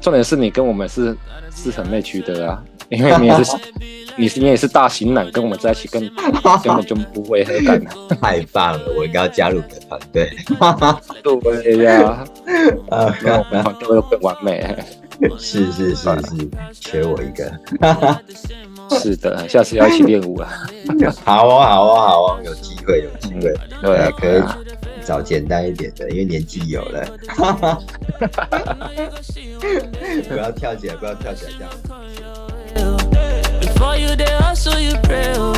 重点是你跟我们是是很内驱的啊，因为你也 是你是你也是大型男，跟我们在一起根 根本就不违和感啊。太棒了，我应该要加入你的团队。 对呀，啊，那我们好像会更完美。是是是是，缺我一个。 是的，下次要一起练舞啊。好哦好哦好哦，有机会有机会，对啊，可以啊找简单一点的，因为年纪有了。 不要跳起来，不要跳起来，这样。 Before you they hustle, you pray. oh.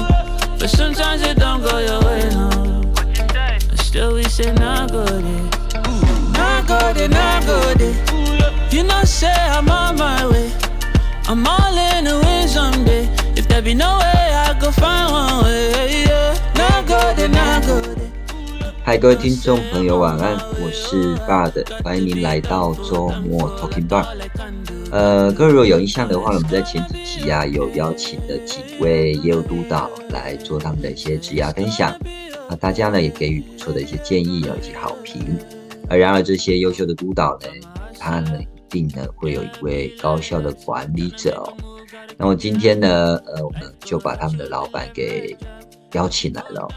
But sometimes it don't go your way. Huh? But still we say not good. Not good, not good. You know, say I'm on my way. I'm all in the win someday. If there be no way, I go find one way. Yeah. Not good, not good. 嗨，各位听众朋友，晚安，我是大的，欢迎您来到周末 Talking Bar。呃，各位如果有印象的话，我们在前几集啊有邀请了几位业务督导来做他们的一些职涯分享，啊，大家呢也给予不错的一些建议以及好评。而然而啊这些优秀的督导呢，他呢一定呢会有一位高效的管理者哦。那么今天呢，呃，我们就把他们的老板给邀请来了哦、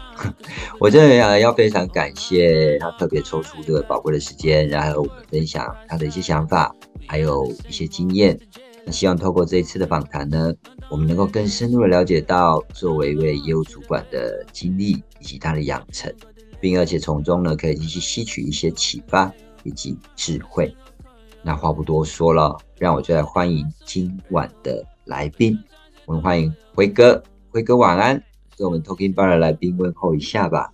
我这里啊要非常感谢他特别抽出这个宝贵的时间，然后我们分享他的一些想法，还有一些经验。那希望透过这一次的访谈呢，我们能够更深入的了解到作为一位业务主管的经历以及他的养成，并而且从中呢可以去吸取一些启发以及智慧。那话不多说了，让我就来欢迎今晚的来宾，我们欢迎辉哥，辉哥晚安。对我们 Talking Bar 的来宾问候一下吧。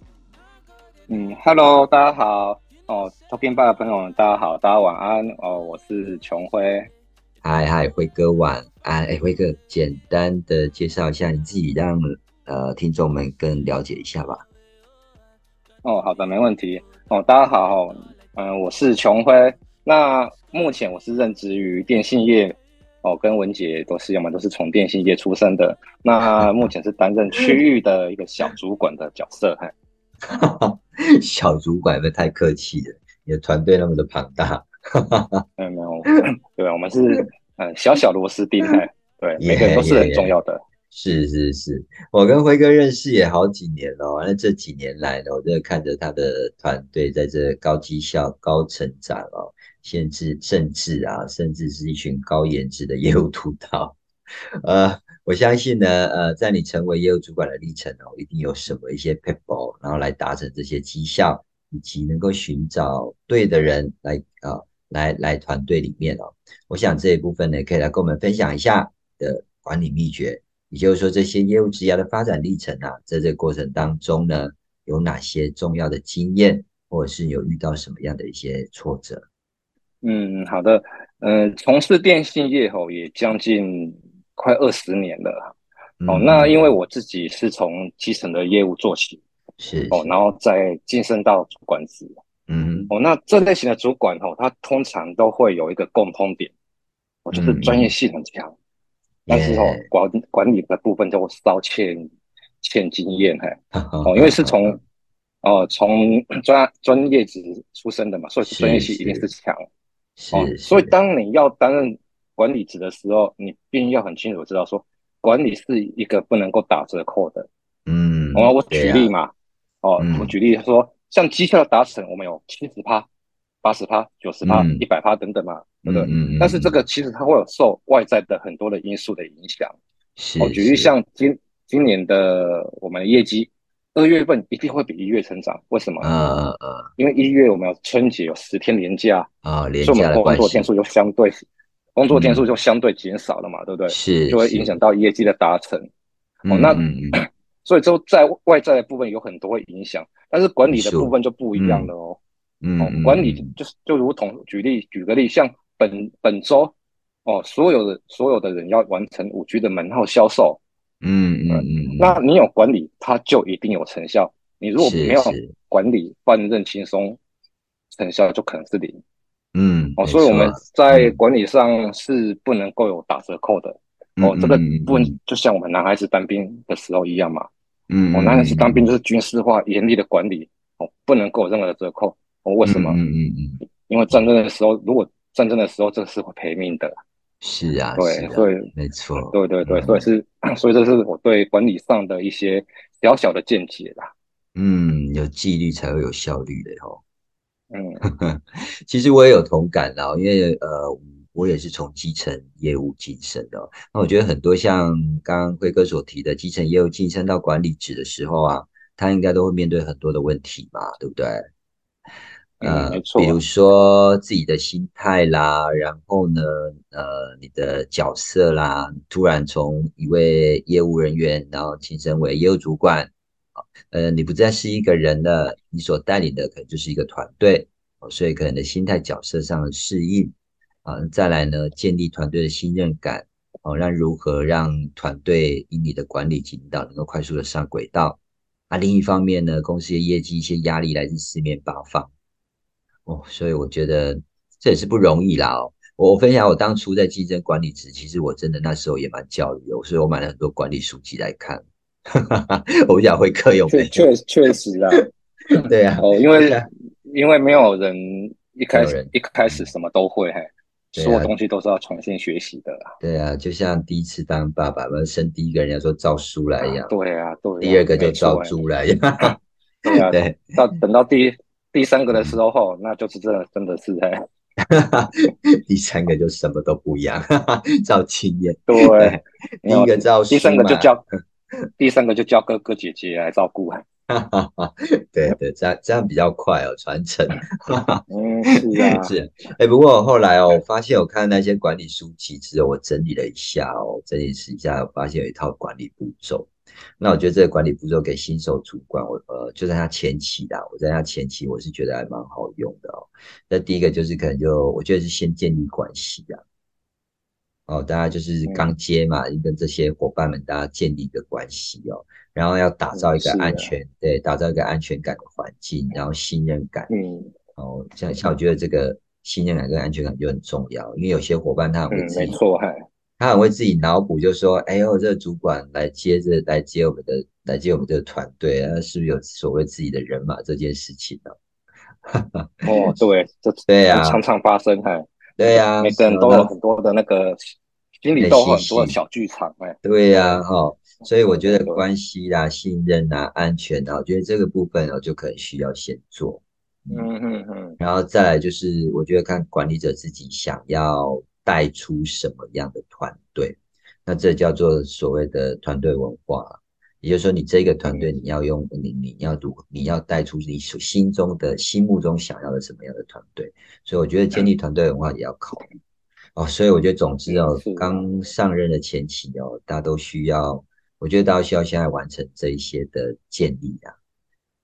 嗯，Hello，大家好。哦，偷片吧的朋友们，大家好，大家晚安。哦，我是琼辉。嗨嗨，辉哥晚安。哎，辉哥，简单的介绍一下你自己让，呃听众们更了解一下吧。 哦，好的，没问题。哦，大家好。哦嗯、我是琼辉。那目前我是任职于电信业。哦，跟文杰都是，要么都是从电信业出身的。那目前是担任区域的一个小主管的角色。嘿，小主管们太客气了，你的团队那么的庞大，嗯，没有，对，啊我们是嗯小小螺丝钉。嘿，对，每个人都是很重要的。是是是，我跟辉哥认识也好几年了哦，那这几年来呢，我真的看着他的团队在这高绩效、高成长哦，甚至甚至啊，甚至是一群高颜值的业务督导。 呃，我相信呢，呃，在你成为业务主管的历程哦，一定有什么一些 p e o p l e 然后来达成这些绩效，以及能够寻找对的人来啊、来来团队里面哦。我想这一部分呢，可以来跟我们分享一下你的管理秘诀。也就是说，这些业务职涯的发展历程啊，在这个过程当中呢，有哪些重要的经验，或者是有遇到什么样的一些挫折？嗯，好的。嗯、从事电信业吼也将近快二十年了。哦，嗯那因为我自己是从基层的业务做起，是哦，然后再晋升到主管职。嗯哦，那这类型的主管哦，他通常都会有一个共通点，哦，就是嗯专业性很强，但是哦 Yeah 管管理的部分就会稍欠欠经验嘿。哼，哦，因为是从哦从专专业职出身的嘛，所以是专业性一定是是强。 是哦，是，所以当你要担任管理职的时候，你必须要很清楚知道说，管理是一个不能够打折扣的。嗯，哦，我对举啊例嘛，哦，嗯我举例说，像绩效的达成，我们有七十趴、八十趴、九十趴、嗯一百趴等等嘛，对不对？嗯嗯嗯但是这个其实它会有受外在的很多的因素的影响。是哦，举例是像今今年的我们的业绩，二月份一定会比一月成长，为什么？呃呃因为一月我们有春节，有十天连假，啊，廉所以我价们的工关作系天数就相对，工作天数就相对减少了嘛，对不对？是就会是影响到业绩的达成，嗯那嗯嗯所以就在外在的部分有很多会影响，但是管理的是哦部分就不一样了哦。嗯哦嗯，管理嗯就是就如同举例举个例，像本本周哦，所有的所有的人要完成五 G 的门号销售，嗯嗯嗯，那你有管理，它就一定有成效。你如果是没有是管理，放任轻松，成效就可能是零。嗯哦，没所以我们错在嗯管理上是不能够有打折扣的。哦嗯，这个嗯嗯不嗯就像我们男孩子当兵的时候一样嘛。嗯，哦，男孩子当兵嗯就是军事化、严厉的管理，哦，不能够有任何的折扣。哦，为什么？嗯嗯嗯嗯因为战争的时候，如果战争的时候，这是会赔命的。是啊，对，是啊所以没错，对对对，嗯所以是，所以这是我对管理上的一些小小的见解啦。嗯，有纪律才会有效率的哦。 嗯，其实我也有同感啦，因为呃，我也是从基层业务晋升的哦。那我觉得很多像刚刚辉哥所提的，基层业务晋升到管理职的时候啊，他应该都会面对很多的问题嘛，对不对？嗯呃没，错比如说自己的心态啦，然后呢，呃，你的角色啦，突然从一位业务人员，然后晋升为业务主管，呃，你不再是一个人了，你所带领的可能就是一个团队，哦所以可能你的心态、角色上的适应啊，再来呢，建立团队的信任感，哦，让如何让团队因你的管理及引导能够快速的上轨道。啊，另一方面呢，公司的业绩一些压力来自四面八方，哦，所以我觉得这也是不容易啦哦。我我分享我当初在竞争管理职，其实我真的那时候也蛮焦虑的，所以我买了很多管理书籍来看。 我不想会课有没确有？确确实啦，对啊，哦，因为对啊因为没有人一开没有始人嗯一开始什么都会，嘿，对啊所有东西都是要重新学习的啦。对啊，就像第一次当爸爸嘛，生第一个人家说照书来一样，对啊，对啊，哎第二个就没错照哎猪来一样。 对啊，对，到等到第第三个的时候，那就是真的真的是嘿，第三个就什么都不一样， 照经验。对， 第一个照第三书个就嘛叫 第三个就叫哥哥姐姐来照顾，啊 对对，这样这样比较快哦，传承。嗯，是 啊，是，哎、不过后来哦，我发现我看那些管理书籍之后，我整理了一下哦，整理一下，我发现有一套管理步骤。那我觉得这个管理步骤给新手主管，我呃就在他前期啦，我在他前期我是觉得还蛮好用的哦。那第一个就是可能就我觉得是先建立关系啊，哦，大家就是嗯刚接嘛，跟这些伙伴们大家建立一个关系哦，然后要打造一个嗯是啊安全，对，打造一个安全感的环境，然后信任感。嗯哦，像像我觉得这个信任感跟安全感就很重要，因为有些伙伴他很嗯会，自没己，错，嘿，他很会自己脑补，就说，哎呦，这个主管来接这来接我们的来接我们这个团队，他是不是有所谓自己的人马这件事情呢、哦，对，这对啊这常常发生，嘿，对啊呀、每个人都有很多的那个心里都有很多信的息小剧场，哎，对呀、哦，所以我觉得对关系啦、信任啊、安全啊，我觉得这个部分哦，就可能需要先做。嗯嗯嗯，然后再来就是，我觉得看管理者自己想要带出什么样的团队，那这叫做所谓的团队文化。也就是说，你这个团队你要用你你要读你要带出你所心中的心目中想要的什么样的团队，所以我觉得建立团队文化也要考虑哦。所以我觉得，总之哦嗯是的，刚上任的前期哦，大家都需要，我觉得大家需要现在完成这一些的建立啊。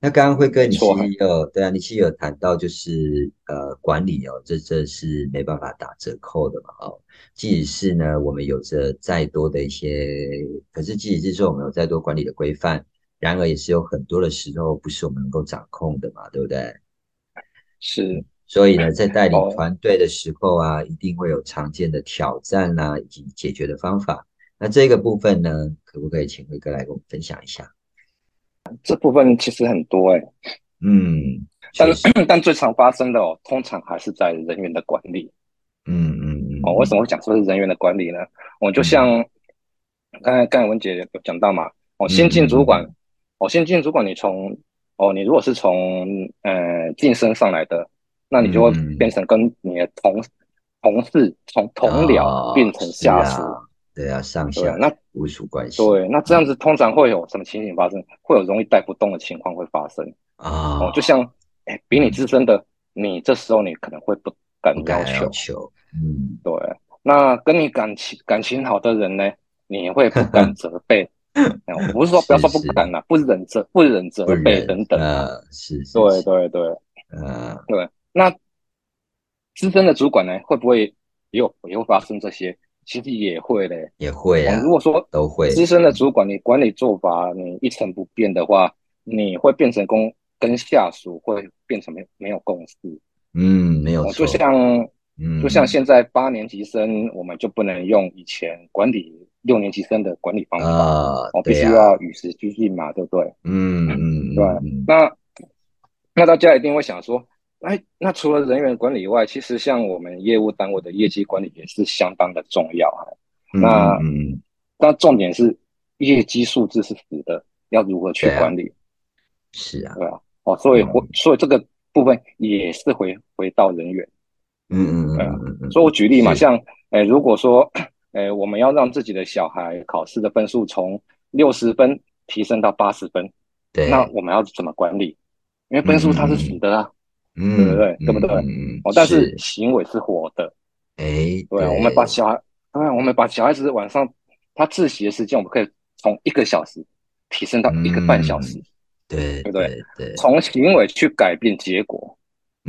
那刚刚辉哥，没你其错实有对啊，你其实有谈到就是呃管理哦，这这是没办法打折扣的嘛哦。即使是呢，我们有着再多的一些，可是即使是说我们有再多管理的规范，然而也是有很多的时候不是我们能够掌控的嘛，对不对？嗯是，所以呢，在带领哦团队的时候啊，一定会有常见的挑战啦、以及解决的方法。那这个部分呢，可不可以请辉哥来跟我们分享一下？这部分其实很多，哎，嗯，但确实， 但最常发生的哦，通常还是在人员的管理，嗯嗯嗯，哦，为什么会讲说是人员的管理呢？我、就像刚才刚才文姐有讲到嘛，哦，新进主管嗯，哦，新进主管你从哦，你如果是从呃晋升上来的，那你就会嗯变成跟你的同、同事从同僚哦变成下是属，啊对啊，上对啊下，那部属关系，对，那这样子通常会有什么情形发生？会有容易带不动的情况会发生啊、哦，就像哎，比你资深的，你这时候你可能会不敢嗯不要敢求要。求，嗯，对，那跟你感情感情好的人呢，你会不敢责 备。哎我不是说不要说不敢啦，不忍责不忍责不备忍等等。呃，是是，对是，对对，呃，那资深的主管呢，会不会也有也会发生这些？其实也会嘞。也会啊哦，如果说都会，资深的主管，你管理做法你一成不变的话，你会变成跟跟下属会变成没没有共识。嗯，没有哦，错，就像嗯，就像现在八年级生，我们就不能用以前管理六年级生的管理方法，哦啊，我、必对须呀，要与时俱进嘛，对不对？嗯嗯，对嗯嗯那那大家一定会想说，哎，那除了人员管理以外，其实像我们业务单位的业绩管理也是相当的重要啊。那嗯嗯但重点是业绩数字是死的，要如何去对啊管理？是啊，对啊，哦，所以嗯回，所以这个部分也是回回到人员。嗯嗯嗯对啊嗯嗯，所以我举例嘛，是像，呃，如果说，呃，我们要让自己的小孩考试的分数从六十分提升到八十分，对，那我们要怎么管理？因为分数它是死的啊，嗯，对不对嗯对不对嗯哦，但是行为是活的。哎，对啊，我们把小孩，当然我们把小孩子晚上他自习的时间，我们可以从一个小时提升到一个半小时，对对不对对对，从行为去改变结果。嗯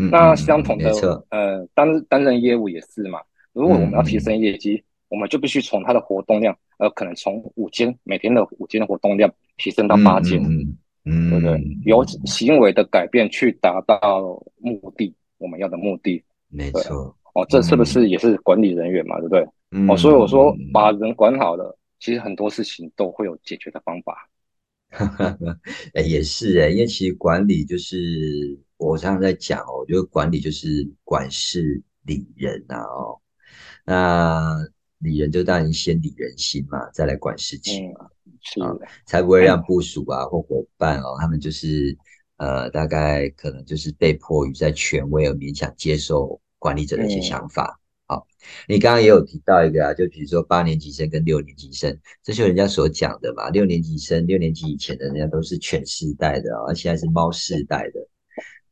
那嗯相同的没错，，呃，担担任业务也是嘛。如果我们要提嗯升业绩，我们就必须从它的活动量，呃，可能从五间每天的五间的活动量提升到嗯八间，嗯嗯，对不对嗯？由行为的改变去达到目的，我们要的目的。没对错，哦，这是不是也是管理人员嘛？对不对？哦，嗯所以我 说把人管好了，其实很多事情都会有解决的方法。哎，也是哎，因为其实管理就是我常常在讲哦，我觉得管理就是管事理人啊哦，那理人就当然先理人心嘛，再来管事情嗯嘛，是，啊才不会嗯让部署啊或伙伴哦，他们就是呃，大概可能就是被迫于在权威而勉强接受管理者的一些嗯想法。好，你刚刚也有提到一个啊，就比如说八年级生跟六年级生，这就是人家所讲的嘛。六年级生、六年级以前的人家都是犬世代的、哦，而现在是猫世代的。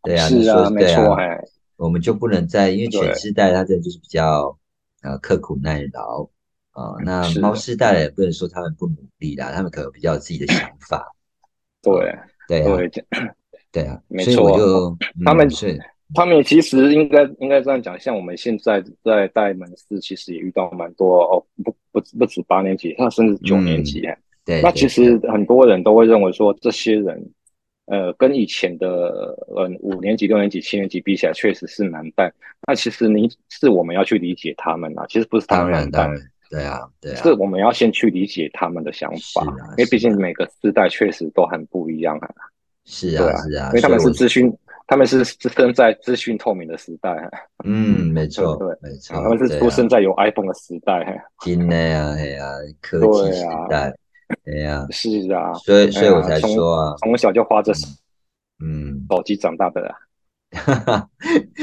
对啊，你是说啊，没对错，啊，哎，我们就不能再，因为对犬世代它真的就是比较呃刻苦耐劳啊、呃那是嗯猫世代也不能说他们不努力啦，他们可能比较有自己的想法，对对啊，对，对啊，没所以错我就、他们嗯是他们其实应该应该这样讲，像我们现在在带门市，其实也遇到蛮多哦，不不不止八年级，那甚至九年级。对，那对其实很多人都会认为说，这些人，呃，跟以前的嗯五年级、六年级、七年级比起来，确实是难带。那其实你是我们要去理解他们啊，其实不是他当们然难当带，然对啊对啊是我们要先去理解他们的想法，是啊因为毕是竟每个时代确实都很不一样啊，是对啊啊是啊，因为他们所是以我资讯，他们是生在资讯透明的时代啊。嗯没对错不对没错，他们是对出啊生在有 iPhone 的时代，今天啊哎呀科技对时啊代，对呀、啊，是啊，所以所以哎呀我才从说啊，从小就花着嗯。手机长大的啦。哈哈，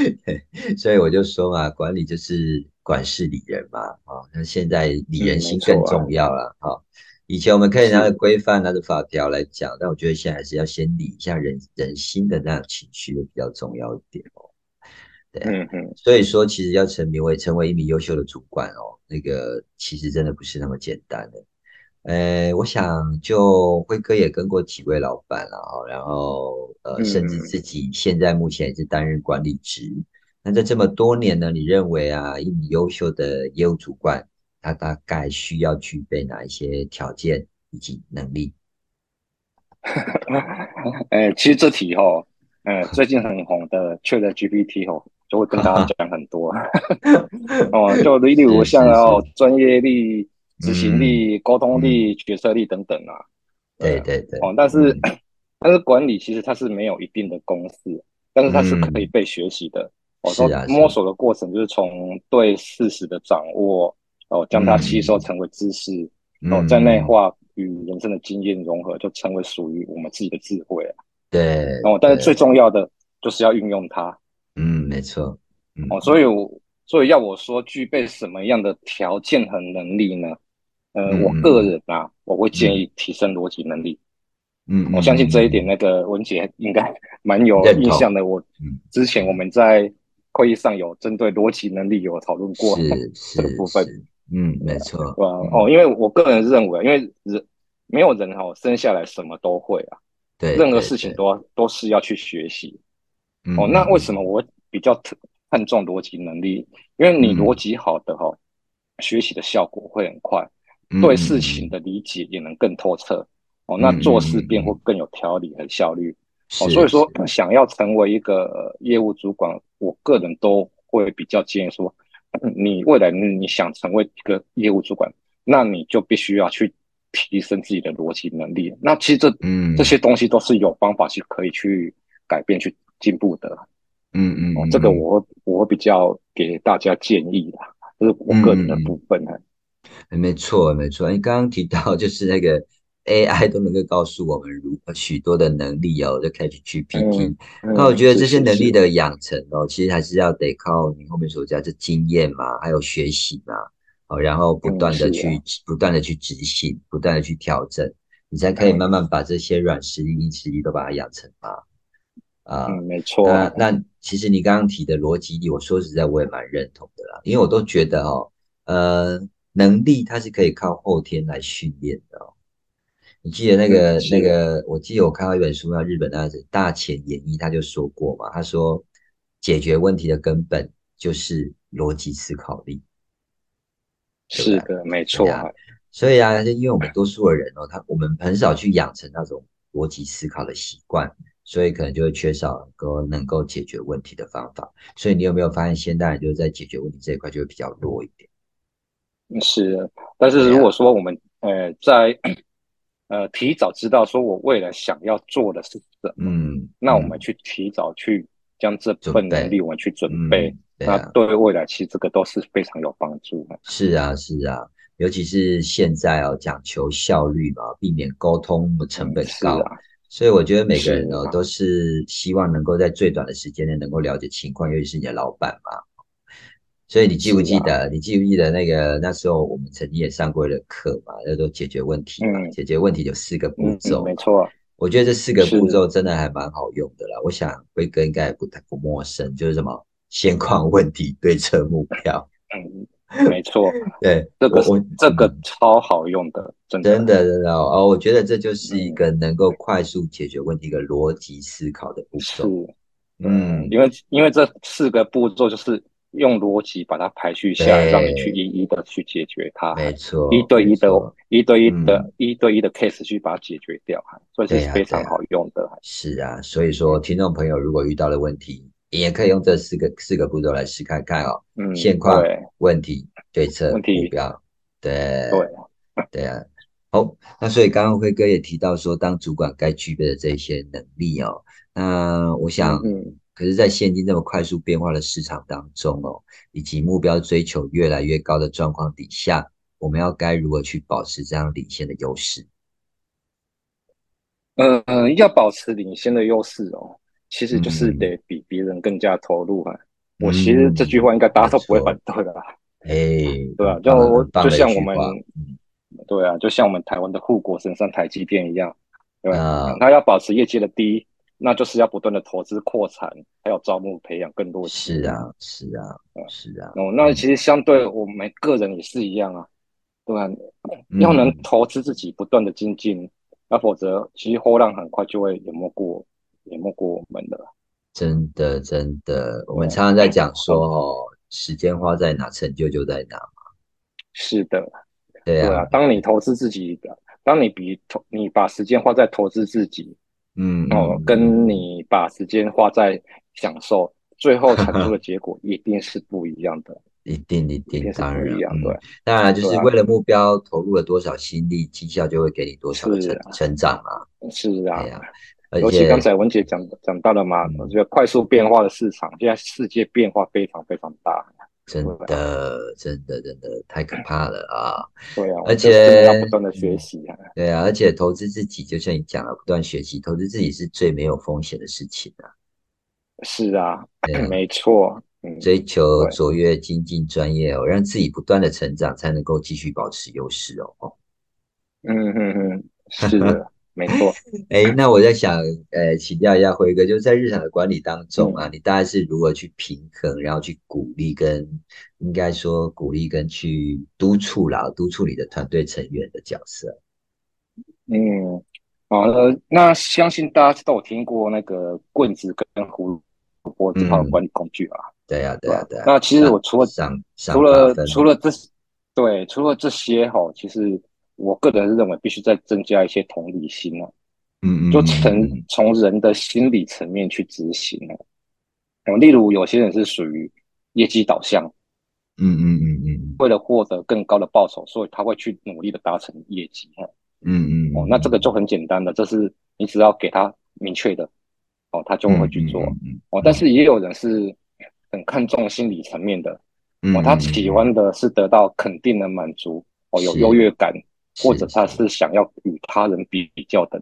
所以我就说嘛，管理就是管事理人嘛，哦，那现在理人嗯心没错更啊重要了，哈、以前我们可以拿着是规范、拿着法条来讲，但我觉得现在还是要先理一下人人心的那种情绪会比较重要一点哦。嗯哼，所以说，其实要成名为成为一名优秀的主管哦，那个其实真的不是那么简单的。呃，我想就辉哥也跟过几位老板了哈、哦，然后呃，甚至嗯自己现在目前也是担任管理职。那在这么多年呢，你认为啊，一名优秀的业务主管，他大概需要具备哪一些条件以及能力？哎，其实这题哦，呃，最近很红的 ChatGPT 哦，就会跟大家讲很 多哦，就例如是像是哦是专业力、执行力、沟通嗯力、决策力等等啊。对对对，哦，但是嗯 但是管理其实它是没有一定的公式，但是它是可以嗯被学习的。哦，是说啊是啊摸索的过程就是从对事实的掌握，哦，将它吸收嗯成为知识，哦，嗯在内化与人生的经验融合，就成为属于我们自己的智慧啊。对哦，但是对最重要的就是要运用它。嗯，没错，嗯哦，所以我所以要我说具备什么样的条件和能力呢？呃，嗯我嗯个人啊，我会建议提升逻辑能力。嗯，我嗯相信这一点，嗯那个文姐应该 蛮有认印同象的。我嗯之前我们在会议上有针对逻辑能力有讨论过， 对是这个是部分是，嗯，没错，吧？嗯哦，因为我个人认为，因为人没有人哦生下来什么都会啊，对，任何对事情对都要都是要去学习。嗯哦，嗯那为嗯什么我会比较特看重逻辑能力？因为你嗯逻辑好的哈、哦，学习的效果会很快，嗯对嗯事嗯情嗯的理解也能更透彻。哦，那嗯做嗯事嗯便会嗯更有条理和效率。哦，是所以说是想要成为一个呃业务主管，我个人都会比较建议说，嗯你未来你你想成为一个业务主管，那你就必须要去提升自己的逻辑能力。那其实这嗯这些东西都是有方法去可以去改变、去进步的。嗯嗯，哦嗯，这个我会我会比较给大家建议啦，这是我个人嗯的部分啊。没错，没错。你刚刚提到就是那个 AI 都能够告诉我们如呃许多的能力哦，就 ChatGPT。嗯那我觉得这些能力，嗯的养成哦，其实还是要得靠你后面所讲，就经验嘛，还有学习嘛，哦，然后不嗯断的是去啊不断的去执行，不断的去调整，你才可以嗯慢慢把这些软实力、硬实力都把它养成嘛。啊、是是嗯，没错啊那，那其实你刚刚提的逻辑力，我说实在我也蛮认同的啦，因为我都觉得哦，呃，能力它是可以靠后天来训练的哦。你记得那个嗯是那个，我记得我看到一本书，叫《日本那大前研一》，他就说过嘛，他说解决问题的根本就是逻辑思考力。是的，没错啊，所以啊，就因为我们多数的人哦，他我们很少去养成那种逻辑思考的习惯，所以可能就会缺少能够能够解决问题的方法。所以你有没有发现现代人就是在解决问题这一块就会比较弱一点？嗯是。但是如果说我们呃在呃提早知道说我未来想要做的是什么，嗯，那我嗯们去提早去将这准份能备力我们去准嗯备，对那啊，对未来其实这个都是非常有帮助的。是啊，是啊，尤其是现在哦，讲求效率嘛，避免沟通的成嗯本是高，啊，所以我觉得每个人哦是啊都是希望能够在最短的时间内能够了解情况，尤其是你的老板嘛。所以你记不是记啊得？你记不记得那个那时候我们曾经也上过一个课嘛，叫做解决问题嘛。嗯解决问题有四个步嗯，骤没嘛。错，我觉得这四个步是骤真的还蛮好用的啦。我想辉哥应该也不太不陌生，就是什么先框问题，对称目标。嗯，没 错，对，这个我我这个嗯超好用的，真的，真的，真的哦，哦我觉得这就是一嗯个能够快速解决问题、一个逻辑思考的步是，骤。嗯，因为因为这四个步骤就是用逻辑把它排序下来，让你去对一一的去解决它，没错，啊一对没一的错一对一的、嗯一对一的 case 去把它解决掉，所以对是呀非对常呀好用的。是啊，所以说听众朋友如果遇到了问题，也可以用这四个四个步骤来试看看哦。嗯，现况、对，问题、对策、问题目标，对对，对啊。好，那所以刚刚辉哥也提到说，当主管该具备的这些能力哦，那我想，嗯可是，在现今这么快速变化的市场当中哦，以及目标追求越来越高的状况底下，我们要该如何去保持这样领先的优势？嗯、呃，要保持领先的优势哦，其实就是嗯得比别人更加投入啊。我其实这句话应该大家都不会反对的啦。哎，对啊很，棒就很棒就的一像句我们话嗯对啊，就像我们台湾的护国神山台积电一样，对吧？啊，它要保持业绩的低，那就是要不断的投资扩产，还有招募培养更多是企业。啊，是啊，是啊，哦，那其实相对我们个人也是一样啊，对吧？要能嗯投资自己，不断的精进，那否则其实后浪很快就会淹没过淹没过我们的。真的真的，我们常常在讲说哦，时间花在哪，成就就在哪。是的，对对啊啊，，当你投资自己的，当你比投你把时间花在投资自己，嗯，哦，嗯跟你把时间花在享受，最后产出的结果一定是不一样的，一定一一定，定是当不然，一样嗯，对，当然就是对啊为了目标投入了多少心力，绩效就会给你多少的是成啊成长嘛。是啊对。呀，而尤其且刚才文姐讲讲到了嘛，嗯我觉得快速变化的市场，现在世界变化非常非常大，真的真的真的太可怕了啊！对啊，而我觉得真的且要不断的学习啊，对啊，而且投资自己，就像你讲了，不断学习，投资自己是最没有风险的事情啊。是啊，对啊，没错，嗯，追求对卓越、精进、专业哦，让自己不断的成长，才能够继续保持优势哦。哦嗯嗯嗯，是的，没错，哎，那我在想，呃，请教一下辉哥，就是在日常的管理当中嗯啊，你大概是如何去平衡，然后去鼓励跟，应该说鼓励跟去督促啦，督促你的团队成员的角色。嗯，好了，那相信大家都有听过那个棍子跟胡萝卜这套嗯管理工具啊。对呀，对对呀吧，对呀。那其实上我除了上上除八了分，哦除了这，对，除了这些吼，其实我个人认为必须再增加一些同理心啊，嗯嗯就嗯嗯从嗯从人的心理层面去执行啊。哦，例如有些人是属于业绩导向，嗯嗯嗯嗯为了获得更高的报酬，所以他会去努力的达成业绩啊。嗯嗯嗯哦，那这个就很简单的，这是你只要给他明确的，哦，他就会去做嗯嗯哦。但是也有人是很看重心理层面的嗯哦，他喜欢的是得到肯定的满足哦，有是优越感，是或者他是想要与他人比较的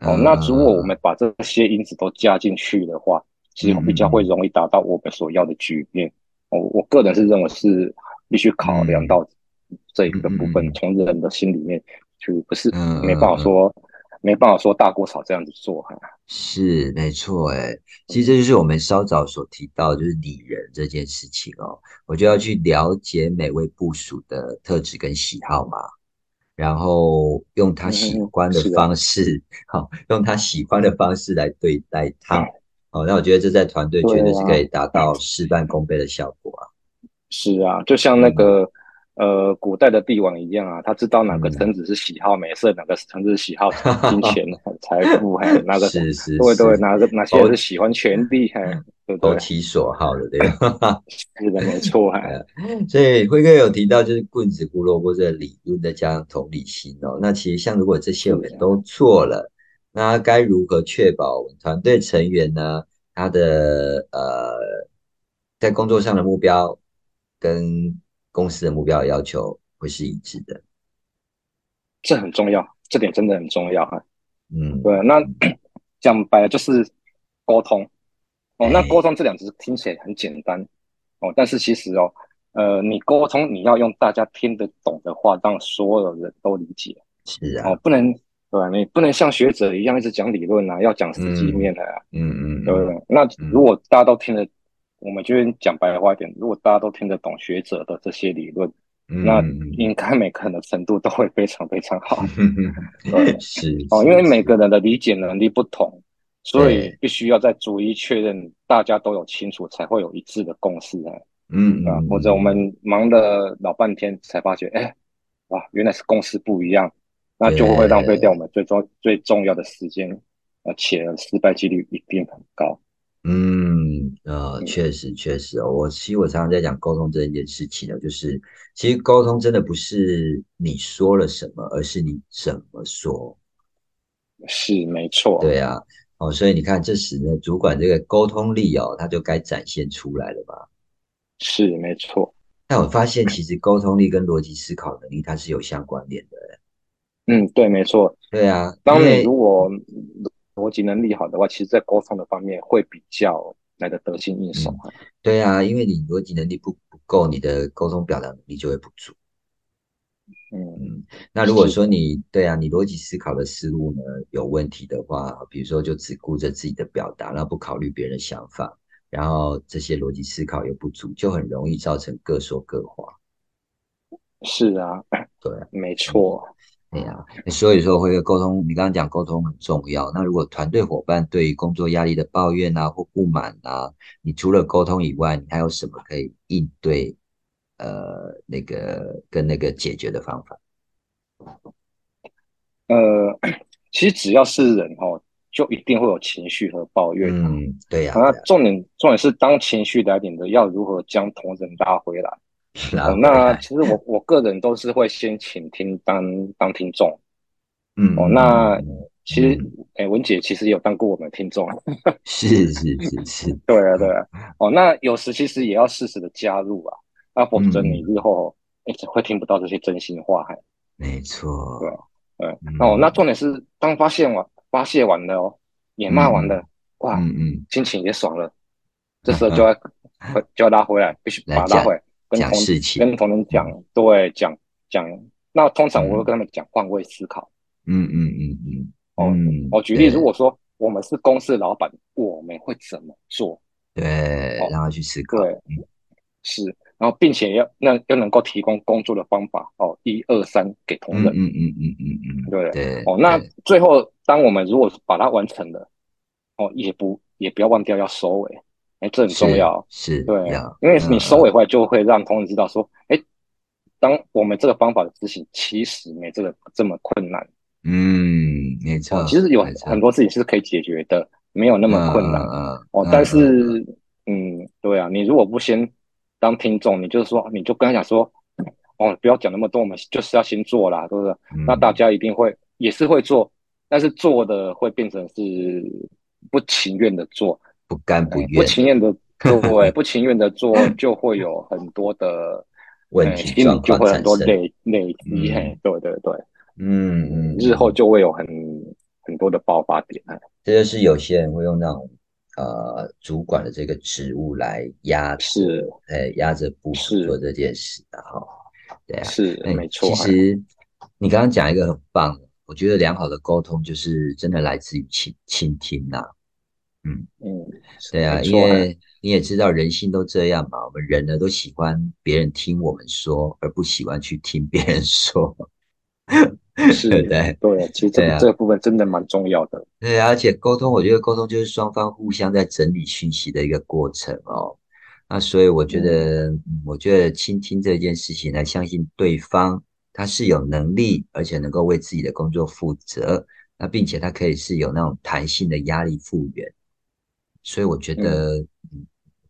哦。嗯那如果我们把这些因子都加进去的话，其实比嗯较会容易达到我们所要的局面。我、我个人是认为是必须考量到这一个部嗯嗯分嗯，从人的心里面去，不是嗯没办法说、没办法说大锅炒这样子做哈。是没错，哎，其实这就是我们稍早所提到，就是理人这件事情哦，我就要去了解每位部属的特质跟喜好嘛，然后用他喜欢的嗯是的方式，好、用他喜欢的方式来对待嗯他，哦，那我觉得这在团队绝对啊是可以达到事半功倍的效果啊，是啊，就像那嗯个、呃古代的帝王一样啊，他知道哪个臣子是喜好美色，哪个臣子是喜好 金钱、财富，还有哪个是是对对，是，哦哪个哪些人是喜欢权力，还对不投对？其所好的，对吧？是的，没错，还所以辉哥有提到，就是棍子、胡萝卜这个理论，再加上同理心哦。那其实像如果这些我啊们都做了，那该如何确保我们团队成员呢？他的呃，在工作上的目标跟公司的目标的要求会是一致的？这很重要，这点真的很重要哈。嗯，对，那 讲白了就是沟通哦。那哎沟通这两字听起来很简单哦，但是其实哦，呃，你沟通你要用大家听得懂的话，让所有人都理解是啊哦，，不能对吧？你不能像学者一样一直讲理论啊，要讲实际面的啊，嗯嗯对不嗯，对？那如果大家都听得，我们就讲白话一点，如果大家都听得懂学者的这些理论，嗯那嗯嗯应该每个人的程度都会非常非常好。嗯是哦，是因为每是个人的理解能力不同，所以对必须要再逐一确认，大家都有清楚，才会有一致的共识啊，嗯对吧？嗯，或者我们忙了老半天，才发觉，哎，哇，原来是共识不一样，那就会浪费掉我们最重最重要的时间，而且失败几率一定很高。嗯，呃，嗯确实确实哦，我其实我常常在讲沟通这件事情呢，哦就是其实沟通真的不是你说了什么，而是你怎么说。是，没错，对啊，哦，所以你看，这时呢，主管这个沟通力哦，他就该展现出来了嘛。是没错。但我发现，其实沟通力跟逻辑思考能力它是有相关联的。嗯，对，没错。对啊，因当你为如果逻辑能力好的话，其实在沟通的方面会比较来的得心应手啊。对啊，因为你逻辑能力不不够，你的沟通表达能力就会不足。嗯。嗯，那如果是说你对啊，你逻辑思考的思路呢有问题的话，比如说就只顾着自己的表达，然后不考虑别人的想法，然后这些逻辑思考又不足，就很容易造成各说各话。是啊，对啊， 没错，对呀、嗯所以说会沟通，你刚刚讲沟通很重要。那如果团队伙伴对于工作压力的抱怨啊或不满啊，你除了沟通以外，你还有什么可以应对？呃，那个跟那个解决的方法，呃，其实只要是人哦，就一定会有情绪和抱怨啊。嗯，对呀、那对呀重点重点是，当情绪来临的，要如何将同仁拉回来？然哦后，那其实我我个人都是会先倾听当当听众嗯，哦。那嗯其实嗯，哎、文姐其实有当过我们听众，是是是是，对啊对啊。嗯哦，那有时其实也要适时的加入啊，那否则你嗯日后哎、只会听不到这些真心话，还没错，对，嗯哦，那重点是当发现完发泄完了哦，也骂完了，哇，嗯嗯，心情也爽了，这时候就要 回就要拉回来，必须来把它讲拉回来，啊跟讲同事情嗯跟同仁讲，对，讲讲。那通常我会跟他们讲换位思考。嗯嗯嗯嗯，哦嗯哦，举例，对如果说我们是公司的老板，我们会怎么做？对，哦让他去思考，对，是，然后并且要那要能够提供工作的方法哦，一二三给同嗯仁嗯。嗯嗯嗯嗯，对对，哦，那对最后当我们如果把它完成了，哦，也不也不要忘掉要收尾，哎，这很重是要，是对，要，因为你收尾嗯回来就会让同仁知道说，哎，当我们这个方法的执行其实没这个这么困难，嗯，没哦错，，其实有没错很多事情是可以解决的，没有那嗯么困难，嗯嗯哦，嗯但嗯是，嗯，对啊，你如果不先当听众，你就是说，你就跟他讲说，哦，不要讲那么多，我们就是要先做啦，对不对？嗯那大家一定会也是会做，但是做的会变成是不情愿的做，不甘不哎愿，嗯情愿的做， 对，不情愿的做就会有很多的问哎题心里状就况会很产多生。累累积，嗯嘿，对对对，嗯嗯，日后嗯就会有很很多的爆发点，哎这就是有些人会用那种呃主管的这个职务来压着，是呃，压着部署是做这件事的哈。对啊，是哎没错，其哎实你刚刚讲一个很棒的，我觉得良好的沟通就是真的来自于倾倾听呐、嗯，对啊，没因错哎为你也知道人性都这样嘛，我们人呢都喜欢别人听我们说，而不喜欢去听别人说，是 对不对？对，其实这对个、啊这个部分真的蛮重要的，对，而且沟通，我觉得沟通就是双方互相在整理讯息的一个过程哦。那所以我觉得，嗯我觉得倾听这件事情呢，相信对方他是有能力，而且能够为自己的工作负责，那并且他可以是有那种弹性的压力复原。所以我觉得，嗯，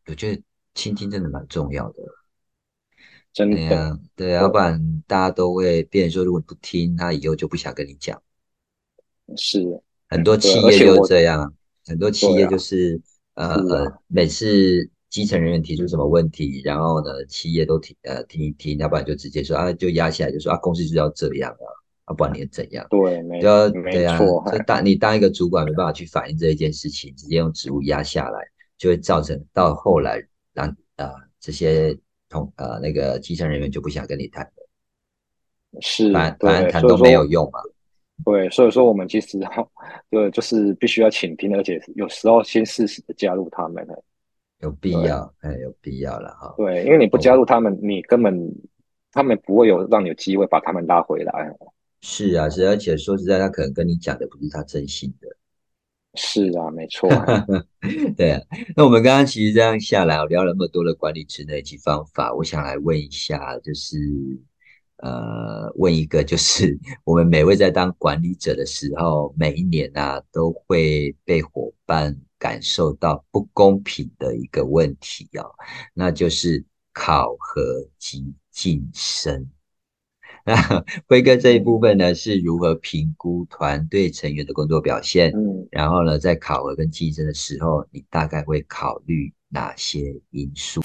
我觉得倾听真的蛮重要的。真对的，呀，对啊，要不然大家都会变成说，如果你不听，他以后就不想跟你讲。是很多对企而业且就我这样啊，很多企对业啊就是呃是啊呃，每次基层人员提出什么问题，然后呢，企业都听呃听一听，要不然就直接说啊，就压下来，就说啊，公司就是要这样啊，要、不然你怎样？对，没就没对啊，错，就哎当你当一个主管没办法去反映这一件事情，直接用职务压下来，就会造成到后来让呃这些同呃那个基层人员就不想跟你谈了，是反反正对，谈所以都没有说用嘛。对，所以说我们其实对，就是必须要倾听，而且有时候先适时的加入他们，哎有必对要，哎，有必要了哈。对，因为你不加哦入他们，你根本他们不会有让你有机会把他们拉回来，是啊，是，而且说实在，他可能跟你讲的不是他真心的。是啊，没错，哎 对啊，那我们刚刚其实这样下来，我哦聊了那么多的管理职能以及方法，我想来问一下，就是呃，问一个，就是我们每位在当管理者的时候，每一年啊，都会被伙伴感受到不公平的一个问题哦，那就是考核及晋升。那 辉哥这一部分呢，是如何评估团队成员的工作表现？嗯。然后呢，在考核跟竞争的时候，你大概会考虑哪些因素？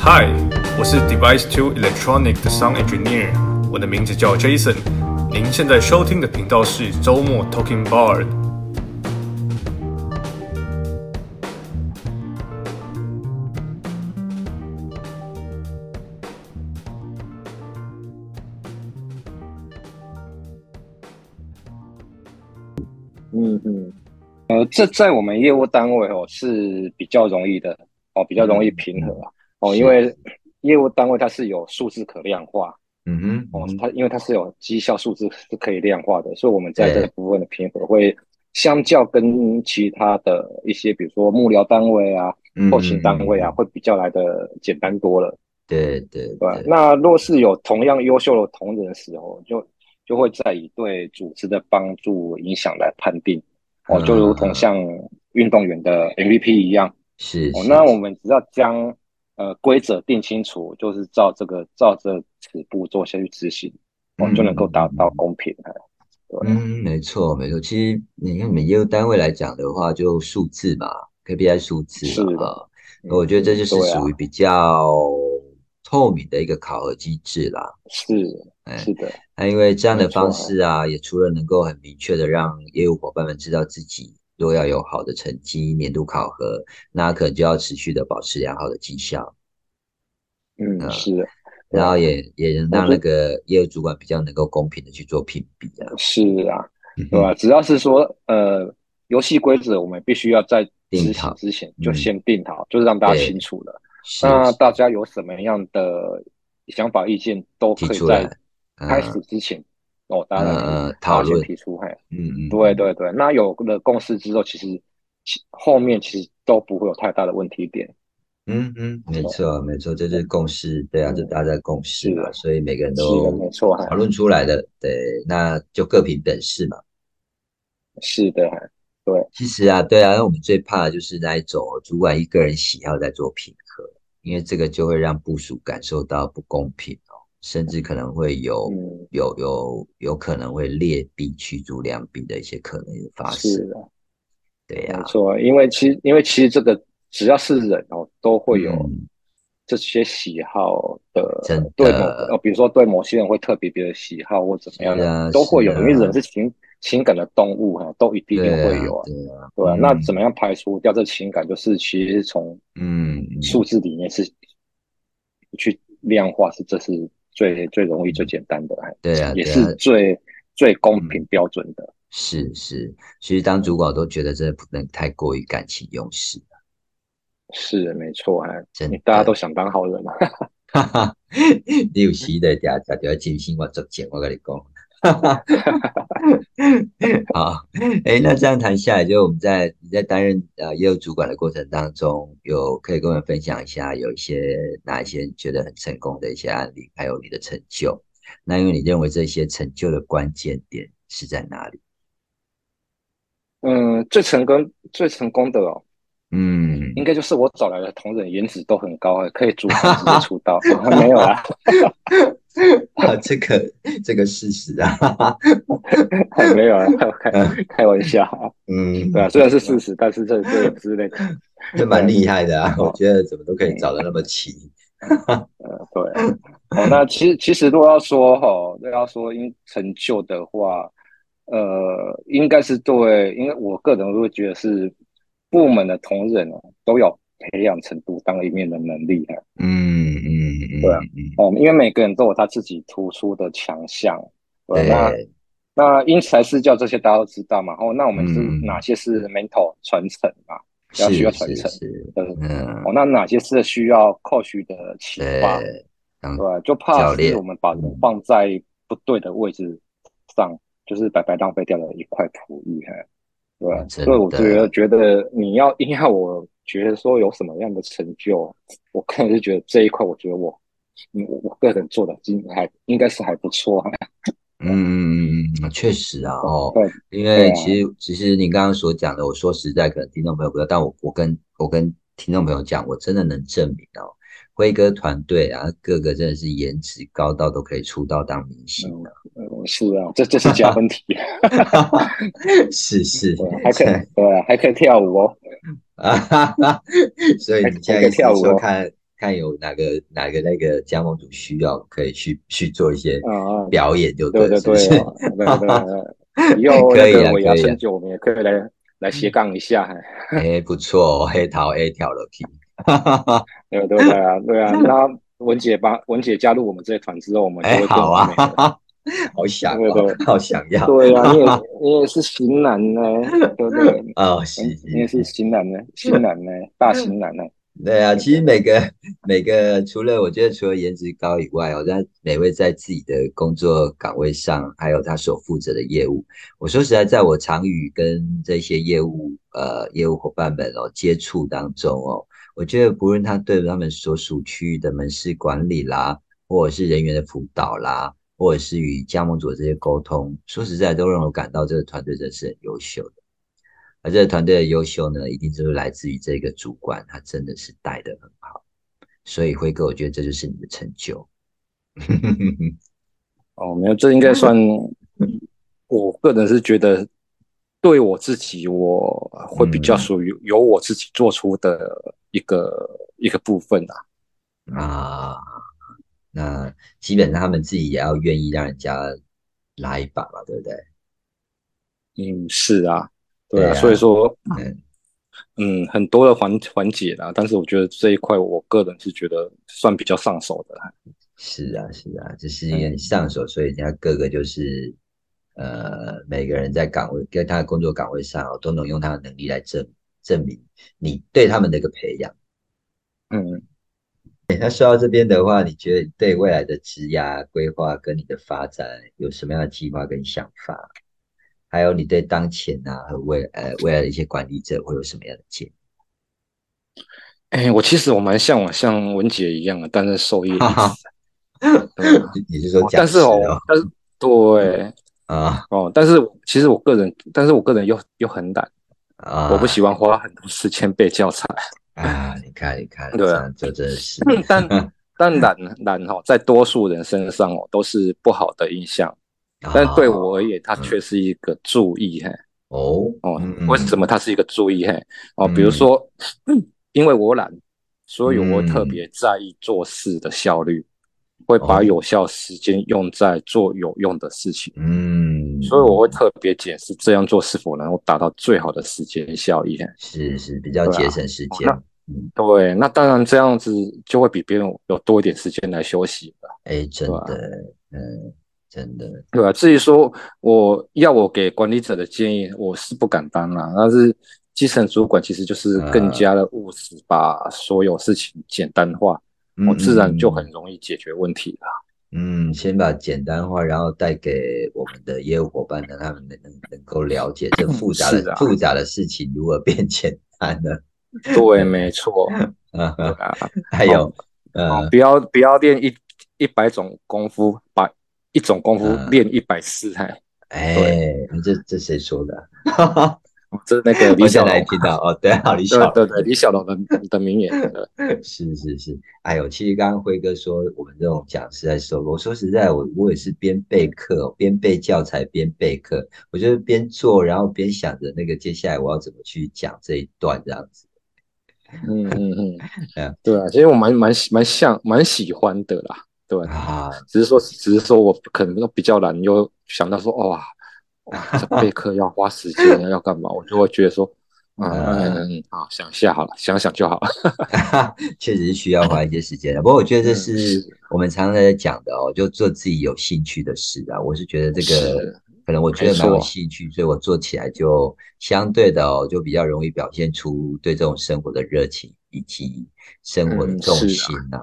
嗨，我是 Device Two Electronic 的 Sound Engineer，我的名字叫 Jason。您现在收听的频道是周末 Talking Bar。嗯嗯，呃，这在我们业务单位哦是比较容易的哦，比较容易平和啊哦，嗯是因为业务单位它是有数字可量化嗯哼，哦嗯，哼它因为它是有绩效数字是可以量化的，所以我们在对这部分的平和会相较跟其他的一些，比如说幕僚单位啊、嗯后勤单位啊，嗯嗯会比较来的简单多了。对对对吧，哦对，那若是有同样优秀的同仁的时候，就就会在以对组织的帮助影响来判定哦，嗯就如同像运动员的 MVP 一样是哦。是那我们只要将呃规则定清楚，就是照这个照这此步做下去执行，哦嗯就能够达到嗯公平。哎对，嗯，没错没错。其实你看，你们业务单位来讲的话，就数字嘛，KPI 数字是嘛，的啊，我觉得这就是对啊属于比较透明的一个考核机制啦。是哎，是的，那因为这样的没错方式啊，也除了能够很明确的让业务伙伴们知道自己若要有好的成绩，年度考核，那可能就要持续的保持良好的绩效，嗯是的，对然后也也能我让觉那个业务主管比较能够公平的去做评比啊，是啊。对吧？只要是说呃，游戏规则我们必须要在定执好行之前就嗯先定好，就是让大家对清楚了。是那大家有什么样的想法、意见，都提可以出在来，嗯开始之前哦，大家嗯嗯来讨大家先论提出。嘿，嗯嗯，对嗯，对对，那有了共识之后，其实其后面其实都不会有太大的问题点。嗯嗯，没错没错，这是共识，对啊，嗯这大家的共识是嘛，的所以每个人是的，没都错，啊嘿讨论出来的，对，那就各凭本事嘛。是的，嘿啊对，其实啊，对啊，我们最怕的就是那一种主管一个人喜好在做平衡，因为这个就会让部署感受到不公平哦，甚至可能会有、嗯有有有可能会劣币驱逐良币的一些可能发是生。的，对啊呀、没错，啊因为其实因为其实这个只要是人哦，都会有嗯这些喜好的，真的对某哦，比如说对某些人会特别别的喜好或怎么样是的，啊都会有，是啊因为人是情情感的动物哈、都一定对啊，会有啊，对啊，对吧、嗯那怎么样排除掉这情感？就是其实是从嗯，嗯数字里面是去量化，是这是最最容易、最简单的，哎嗯对啊，也对啊是，最最公平标准的。是是，其实当主管我都觉得真的不能太过于感情用事，啊是没错，哎，真你的。大家都想当好人嘛，啊哈哈， 你有时就定定定真心话作践，我跟你讲。哈哈，好，哎、那这样谈下来，就我们在你在担任呃业务主管的过程当中，有可以跟我们分享一下有一些哪一些你觉得很成功的一些案例，还有你的成就。那因为你认为这些成就的关键点是在哪里？ 嗯，最成功最成功的哦，嗯，应该就是我找来的同仁颜值都很高，哎可以主管直接出 道，没有啦， 啊，这个这个事实啊，哈哈 没有啦，啊 开开玩笑啊，嗯，对啊，虽然是事实，但是这这之类的，这蛮厉害的啊，对我觉得怎么都可以找的那么齐。呃，对啊，嗯哦，那其实其实如果要说哈，如果要说因成就的话，呃，应该是对，因为我个人会觉得是部门的同仁哦，都有培养成独当一面的能力啊，嗯嗯嗯，对啊嗯哦，因为每个人都有他自己突出的强项，对，对，那那因材施教这些大家都知道嘛，哦，那我们是嗯哪些是 mentor 传承嘛，是要需要传承是是，对不对嗯，哦，那哪些是需要 coach 的启发？对，当对，啊就怕教练是我们把人放在不对的位置上，就是白白浪费掉了一块璞玉，嘿对吧嗯，真所以我的觉得，觉得你要 硬要我觉得说有什么样的成就，我个人是觉得这一块，我觉得我，嗯我我个人做的应还应该是还不错，啊嘿嗯嗯嗯嗯，确实啊，哦，对，因对为啊其实其实你刚刚所讲的，我说实在，可能听众朋友不知道，但我我跟我跟听众朋友讲，我真的能证明哦，辉哥团队啊，个个真的是颜值高到都可以出道当明星了，嗯，是啊，这这是加分题， 是是，对啊，还可以，对啊，还可以跳舞哦，啊哈哈， 所以你现在意思是哦说看看有哪个哪个那个加盟主需要，可以去去做一些啊，表演就对对了是不是？对哦，对对 对，以后可以那啊个我要可以啊深究，我们也可以来来斜杠一下，嘿 哎，不错哦，黑桃 A 条了 K，哈哈哈， 对对对啊，对啊，那文姐把文姐加入我们这一团之后， 我们就哎，会更好啊，美哈了。 哈，好想对哦，对好想要，对啊， 你也你也是型男呢，对不对？哦， 是嗯你也是是型男呢，型男呢，大型男呢。对啊，其实每个每个除了我觉得除了颜值高以外哦，但每位在自己的工作岗位上，还有他所负责的业务，我说实在，在我常与跟这些业务呃业务伙伴们哦接触当中哦，我觉得不论他对他们所属区域的门市管理啦，或者是人员的辅导啦，或者是与加盟主的这些沟通，说实在都让我感到这个团队真是很优秀的。而这个团队的优秀呢，一定就是来自于这个主管，他真的是带的很好。所以辉哥，我觉得这就是你的成就。哦，没有，这应该算，我个人是觉得，对我自己，我会比较嗯属于由我自己做出的一个一个部分啊。啊，那基本上他们自己也要愿意让人家拉一把嘛，对不对？嗯，是啊，对对啊，啊所以说，嗯嗯，很多的环环节啦，但是我觉得这一块，我个人是觉得算比较上手的。是啊，是啊，就是因为你上手，所以人家各个就是，呃，每个人在岗位跟他的工作岗位上、哦，都能用他的能力来证证明你对他们的一个培养。嗯，诶那说到这边的话，你觉得你对未来的职涯规划跟你的发展有什么样的计划跟想法？还有你对当前啊和未呃未来的一些管理者会有什么样的建议？哎，我其实我蛮向往像文姐一样的担任授 业哈哈对啊你是说但讲师啊是哦？但是对啊，哦，但是我其实我个人，但是我个人又又很懒，啊，我不喜欢花很多时间背 教材。啊，你看，你看，对啊这样就真是但但懒懒哦，在多数人身上哦都是不好的印象， 但是对我而言，它却是一个注意嘿。啊哦哦嗯，为什么它是一个注意嘿？哦，比如嗯说，因为我懒，所以我嗯特别在意做事的效率，会把哦有效时间用在做有用的事情，嗯，所以我会特别检视这样做是否能够达到最好的时间效益嘿。是是比较对啊节省时哦间那。对，那当然这样子就会比别人有多一点时间来休息了。哎，真对啊的，嗯，真的，对吧、至于说我要我给管理者的建议，我是不敢当啦。但是基层主管其实就是更加的务实，把所有事情简单化，我、嗯哦自然就很嗯容易解决问题啦。嗯，先把简单化，然后带给我们的业务伙伴，让他们能能能够了解这复杂是的啊复杂的事情如何变简单了。对，没 错。啊对哈，啊， 还有，哦呃，不要不要练一一百种功夫，把一种功夫嗯练一百次，哎，哎，这这谁说的？哈哈，这是那 个 李我再小龙来，听到哦，对 啊，李对小对对，李小龙的的名言。对是是是，哎呦，其实刚刚辉哥说我们这种讲师在说，我说实在，我我也是边备课，哦边备教材，边备课，我就是边做，然后边想着那个接下来我要怎么去讲这一段这样子。嗯嗯对啊嗯，对 啊，其实我蛮蛮蛮像蛮喜欢的啦，对啊啊，只是说只是说我可能比较懒，又想到说哦哇， 哇这备课要花时间，要干嘛，我就会觉得说，嗯嗯嗯，好，想一下好了，想想就好了。确实是需要花一些时间的。不过我觉得这嗯是是我们常常在讲的哦，就做自己有兴趣的事啊。我是觉得这个呃是可能我觉没得蛮有错兴趣，所以我做起来就相对的哦，就比较容易表现出对这种生活的热情以及生活的嗯重是啊心呐、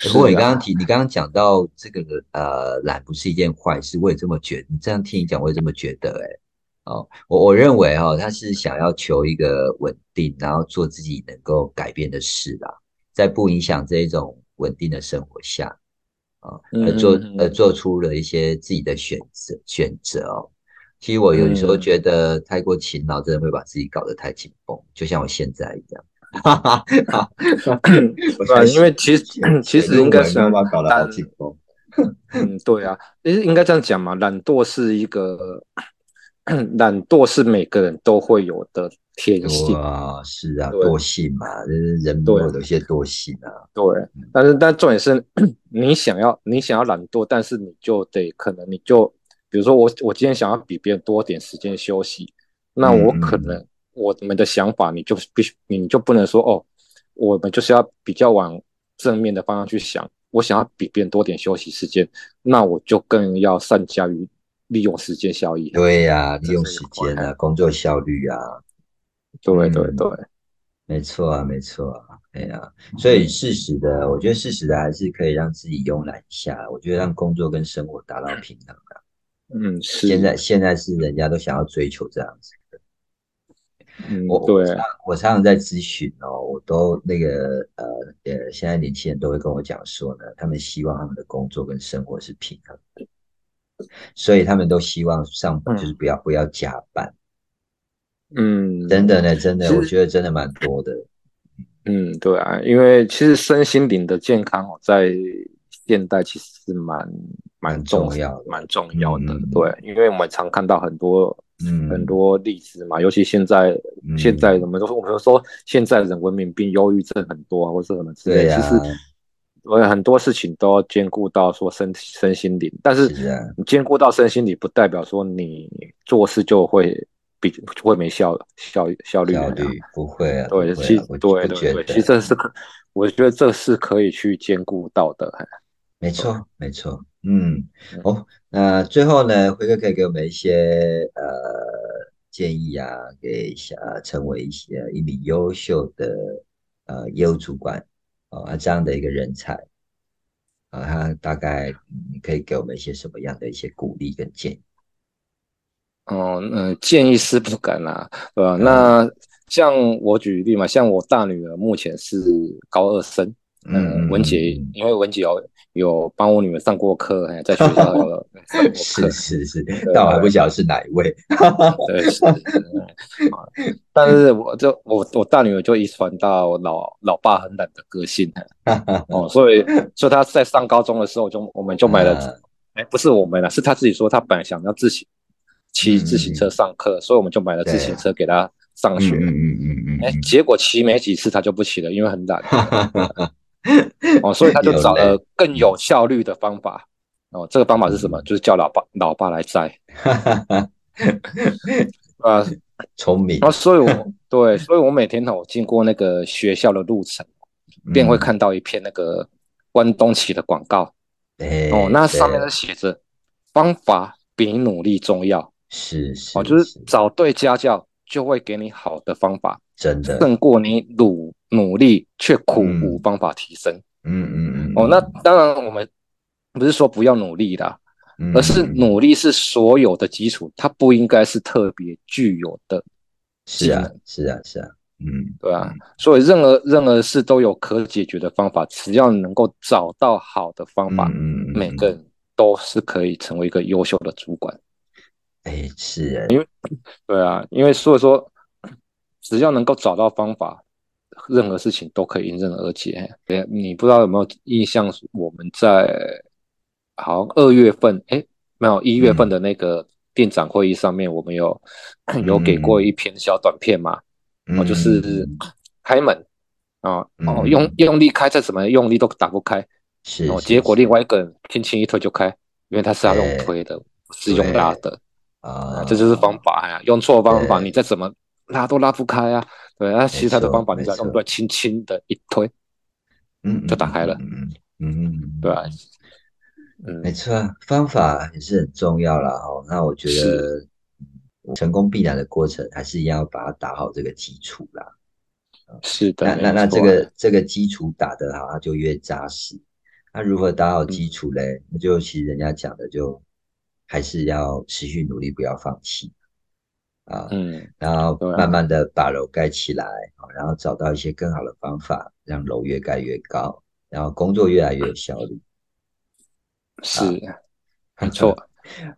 是不过你啊刚刚提，你刚刚讲到这个呃，懒不是一件坏事，我也这么觉得。你这样听你讲，我也这么觉得、欸。哎，哦，我我认为哦，他是想要求一个稳定，然后做自己能够改变的事啦，在不影响这一种稳定的生活下，啊、嗯而做嗯嗯而做出了一些自己的选择选择哦。其实我有时候嗯觉得太过勤劳，真的会把自己搞得太紧绷，就像我现在一样。 哈哈哈，我对啊，相信因为其实其实应该是妈妈搞得好但紧绷。嗯，对啊，其实应该这样讲嘛，懒惰是一个 懒惰是每个人都会有的天性。哇，是啊，对惰性嘛，就是人都对有一些惰性啊。对，但是但重点是， 你想要你想要懒惰，但是你就得可能你就，比如说我我今天想要比别人多点时间休息，那我可能、嗯我们的想法你就必须你就不能说哦，我们就是要比较往正面的方向去想，我想要比别人多点休息时间，那我就更要善加于利用时间效益。对呀、利这用是一时个间观啊，工作效率啊，对嗯对对，没错啊，没错啊，哎呀、所嗯以适时的，我觉得适时的还是可以让自己慵懒一下，我觉得让工作跟生活达到平衡啊。嗯是，现在现在是人家都想要追求这样子。嗯我对我常我常常在咨询哦，我都那个呃呃，现在年轻人都会跟我讲说呢，他们希望他们的工作跟生活是平衡的，所以他们都希望上班嗯就是不要不要加班，嗯真的呢，真的，其实我觉得真的蛮多的，嗯，对啊，因为其实身心灵的健康哦，在现代其实是蛮蛮很重重要的蛮重要的。嗯对，因为我们常看到很多嗯，很多例子嘛，尤其现在嗯现在我们都说我们都说现在人文明病、忧郁症很多啊，或是什么之对类，呀、其实我很多事情都要兼顾到说身身心灵，但是是啊你兼顾到身心灵，不代表说你做事就会比会没效效效率效啊率不会啊，对，不会其啊实我对不对觉对，得其实这是可，我觉得这是可以去兼顾到的。没错，没错，嗯嗯，哦，那最后呢，辉哥可以给我们一些呃建议啊，给想成为一些一名优秀的呃业务主管哦啊这样的一个人才啊，他大概你可以给我们一些什么样的一些鼓励跟建议？哦，嗯、见一丝不敢啦、对吧、嗯那像我举例嘛，像我大女儿目前是高二生，嗯嗯，文杰，因为文杰有有帮我女儿上过课，哎，在学 校有上过课是，是是，对但我还不晓得是哪一位。 对，是是好但是我就我我大女儿就遗传到老老爸很懒的个 性，哎哦，所以所以她在上高中的时候就我们就买了嗯，哎、不是我们啦，是她自己说她本来想要自行骑嗯自行车上课，所以我们就买了自行车给她上学。嗯嗯嗯嗯哎、结果骑没几次她就不骑了，因为很 懒。嗯，哦，所以他就找有了更有效率的方法。哦，这个方法是嗯什么？就是叫老爸老爸来摘啊。聪明然后，所以 我对，所以我每天呢，我经过那个学校的路程，嗯便会看到一片那个关东旗的广告。嗯。哦，哎那上面对是写着“方法比努力重要”。是是，哦，就是找对家教，就会给你好的方法，真的，胜过你努努力却苦嗯无方法提升。嗯嗯嗯，哦，那当然我们不是说不要努力啦。嗯而是嗯努力是所有的基础，它不应该是特别具有的，是啊技是啊是啊，嗯对啊，所以任何任何事都有可解决的方法，只要你能够找到好的方法，嗯嗯，嗯哦每个人都是可以成为一个优秀的主管。哎是啊，对啊，因为所以说，只要能够找到方法，任何事情都可以迎刃而解。哎你不知道有没有印象？我们在好像二月份，哎，没有一月嗯份的那个店长会议上面，我们有有给过一篇小短片嘛？哦，就是嗯开门啊，哦，嗯用用力开，再怎么用力都打不开。是哦，是结果是另外一个人轻轻一推就开，因为他是要用哎推的，不是用拉的。啊啊，，这就是方法呀、用错方法，对你再怎么拉都拉不开啊。对，那其他的方法你只要没错用对，轻轻的一推，嗯，嗯就打开了，嗯嗯嗯嗯，对吧、嗯没嗯，错啊，方法也是很重要啦。哦。那我觉得是嗯成功必然的过程，还是要把它打好这个基础啦。是的，那那那没错这啊个这个基础打得好，它就越扎实。那如何打好嗯基础嘞？那就其实人家讲的就还是要持续努力，不要放弃啊。嗯，然后对啊慢慢的把楼盖起来，啊然后找到一些更好的方法，让楼越盖越高，然后工作越来越有效率。是没 错，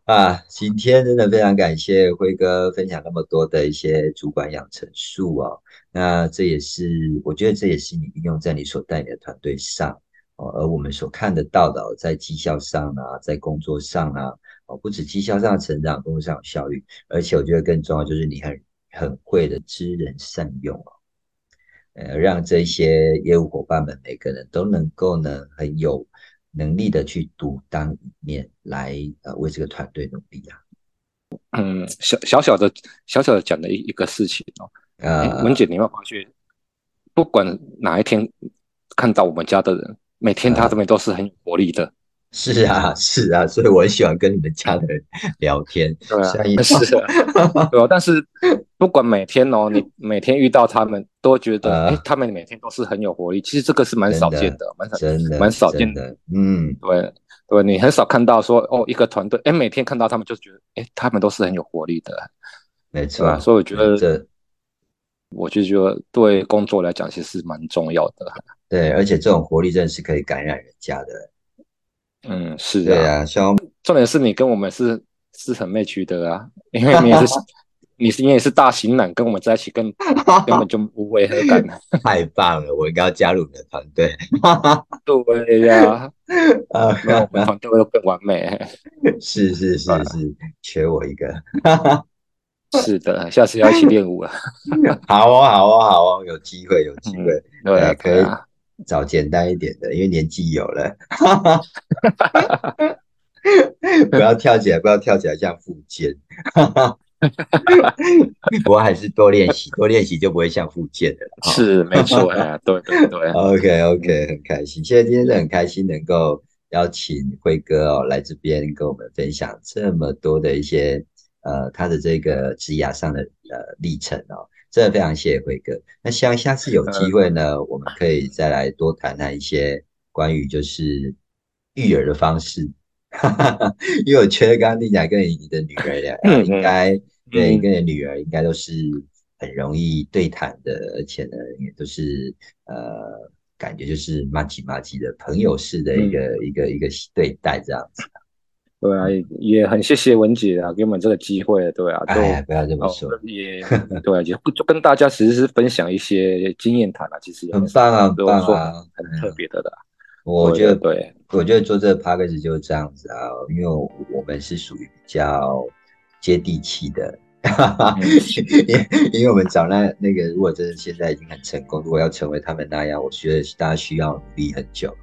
啊，今天真的非常感谢辉哥分享那么多的一些主管养成术哦。那这也是我觉得这也是你运用在你所带领的团队上哦，而我们所看得到的、哦，在绩效上啊，在工作上啊，哦，不止绩效上的成长，工作上有效率，而且我觉得更重要就是你很很会的知人善用哦，呃，让这些业务伙伴们每个人都能够呢很有能力的去独当一面来呃为这个团队努力啊。嗯，小小小的小小的讲的一一个事情哦，哎呃，文姐，你有没有发觉，不管哪一天看到我们家的人，每天他这边都是很有活力的，是啊， 是啊，所以我很喜欢跟你们家的人聊天。 对啊虽然也，是啊， 对啊，但是不管每天哦，你每天遇到他们，都觉得呃哎，他们每天都是很有活力，其实这个是蛮少见的，蛮少真的蛮少真见的，嗯，对对，你很少看到说哦，一个团队，哎，每天看到他们就觉得，哎，他们都是很有活力的，没啊对吧？错，所以我觉得，这我就觉得对工作来讲，其实蛮重要的。对，而且这种活力真的是可以感染人家的。嗯，是对啊，啊，像重点是你跟我们是是很 match 的啊，因为你 也是你是你也是大型男，跟我们在一起根根本就无违和感。 啊太棒了，我应该要加入你的团队。对呀、啊，那我们团队会更完美。是是是啊是，缺我一个。 是的，下次要一起练舞了。啊 好哦，好哦，好哦，有机会，有机会，对啊，哎可对以啊，找简单一点的，因为年纪有了，不要跳起来，不要跳起来像腹健， 我还是多练习，多练习就不会像腹健了。哈是没错。哎 呀，对对对， OK OK，很开心，现在今天是很开心能够邀请辉哥哦来这边跟我们分享这么多的一些呃他的这个职涯上的呃历程哦，真的非常谢谢辉哥。那希望下次有机会呢，我们可以再来多谈谈一些关于就是育儿的方式， 哈哈哈，因为我觉得刚刚听起来跟你的女儿聊，嗯嗯应该对嗯跟你的女儿应该都是很容易对谈的，而且呢也都是呃感觉就是麻吉麻吉的朋友式的一个、一个一个对待这样子。对啊，也也很谢谢文姐啊，给我们这个机会，对啊，就哎呀，不要这么哦说，，也对啊，也就跟大家其实是分享一些经验谈啊，其实也很棒啊，很不棒用说啊！很特别的啦。我觉对得对，我觉得做这个 p a c k a g e 就是这样子啊，因为我我们是属于比较接地气的， 因因为我们找那那个，如果真的现在已经很成功，如果要成为他们那样，我觉得大家需要努力很久。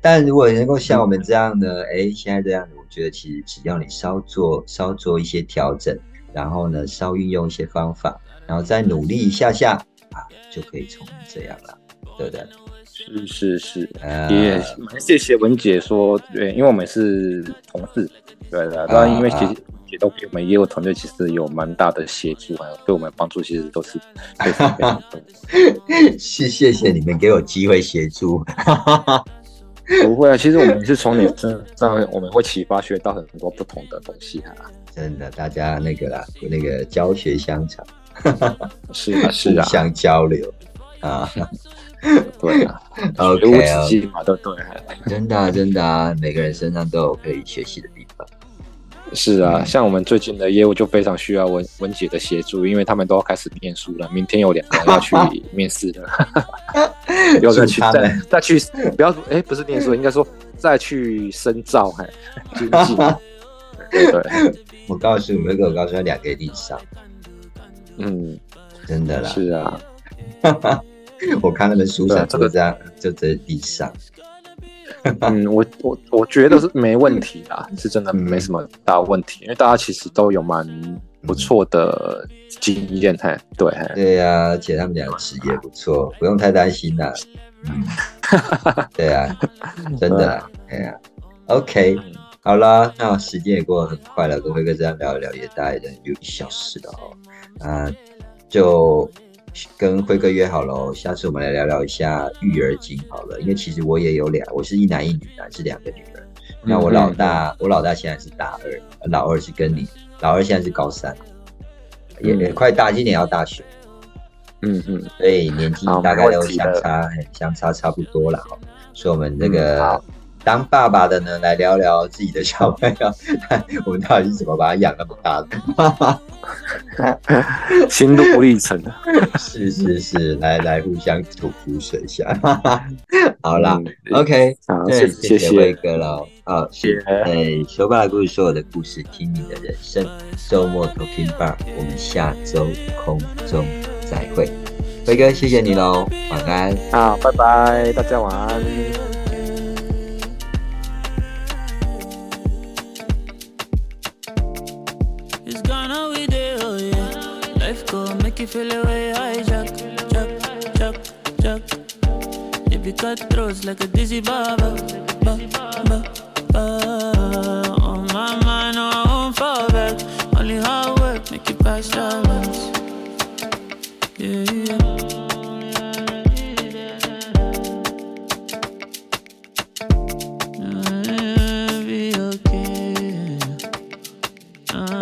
但如果能够像我们这样的，哎、现在这样的，我觉得其实只要你稍做稍做一些调整，然后呢，稍运用一些方法，然后再努力一下下啊，就可以从这样了，对不对？是是是，呃，也蛮谢谢文姐说，对，因为我们是同事，对的，当然因为姐啊姐都给我们业务团队其实有蛮大的协助，还有对我们帮助其实都是非常非常多。是 谢谢你们给我机会协助，不会啊，其实我们是从你身上，我们会启发学到很多不同的东西啊。真的，大家那个啦，那个教学相长，是啊是啊互，相交流 啊对啊，学无，OK 啊止，境嘛，对不对？真的啊、真的啊，每个人身上都有可以学习的地方，是啊，嗯像我们最近的业务就非常需要文文姐的协助，因为他们都要开始念书了，明天有两个人要去面试 了，要再祝去他再们再去，不要哎，不是念书，应该说再去深造，还精 进。对对，我告诉你们，我告诉他两个一定上，嗯，真的啦，是啊，我看他们书对上啊这都个这样，就这地上，嗯，我我我觉得是没问题啦，是真的嗯没什么大问题，因为大家其实都有蛮不错的经验，嘿，对，嘿对呀、而且他们俩的职业不错，不用太担心啦。嗯，对啊，真的啦，哎呀、OK，好啦，那时间也过得很快了，跟辉哥这样聊一聊，也大概有一小时了哦。啊、就跟辉哥约好了哦，下次我们来聊聊一下育儿经好了，因为其实我也有俩，我是一男一女啊，是两个女儿。那嗯我老大，我老大现在是大二，老二是跟你，老二现在是高三，也、也嗯快大，今年要大学，嗯嗯，所以年纪好大概没都问题相的差嘿相差差不多了哦。所以我们这嗯个好当爸爸的呢，来聊聊自己的小朋友， 我们到底是怎么把他养那么大的？ 心路历程，是是是，来来互相吐苦水一下。 好啦、嗯 o k 好，对，谢谢谢辉哥了。好，谢谢谢哎，说吧，故事所有的故事，听你的人生。周末 Talking Bar，我们下周空中再会。辉哥，谢谢你喽，晚安。好，啊拜拜，大家晚安。 It's gone how we do, oh yeah. Life go make you feel away. I jack, jack, jack, jack. You be cutthroats like a dizzy baba. Ba, ba, ba. On my mind, no, I won't fall back. Only hard work make you pass your marks. Yeah, yeah. Yeah, it'll be okay. Uh,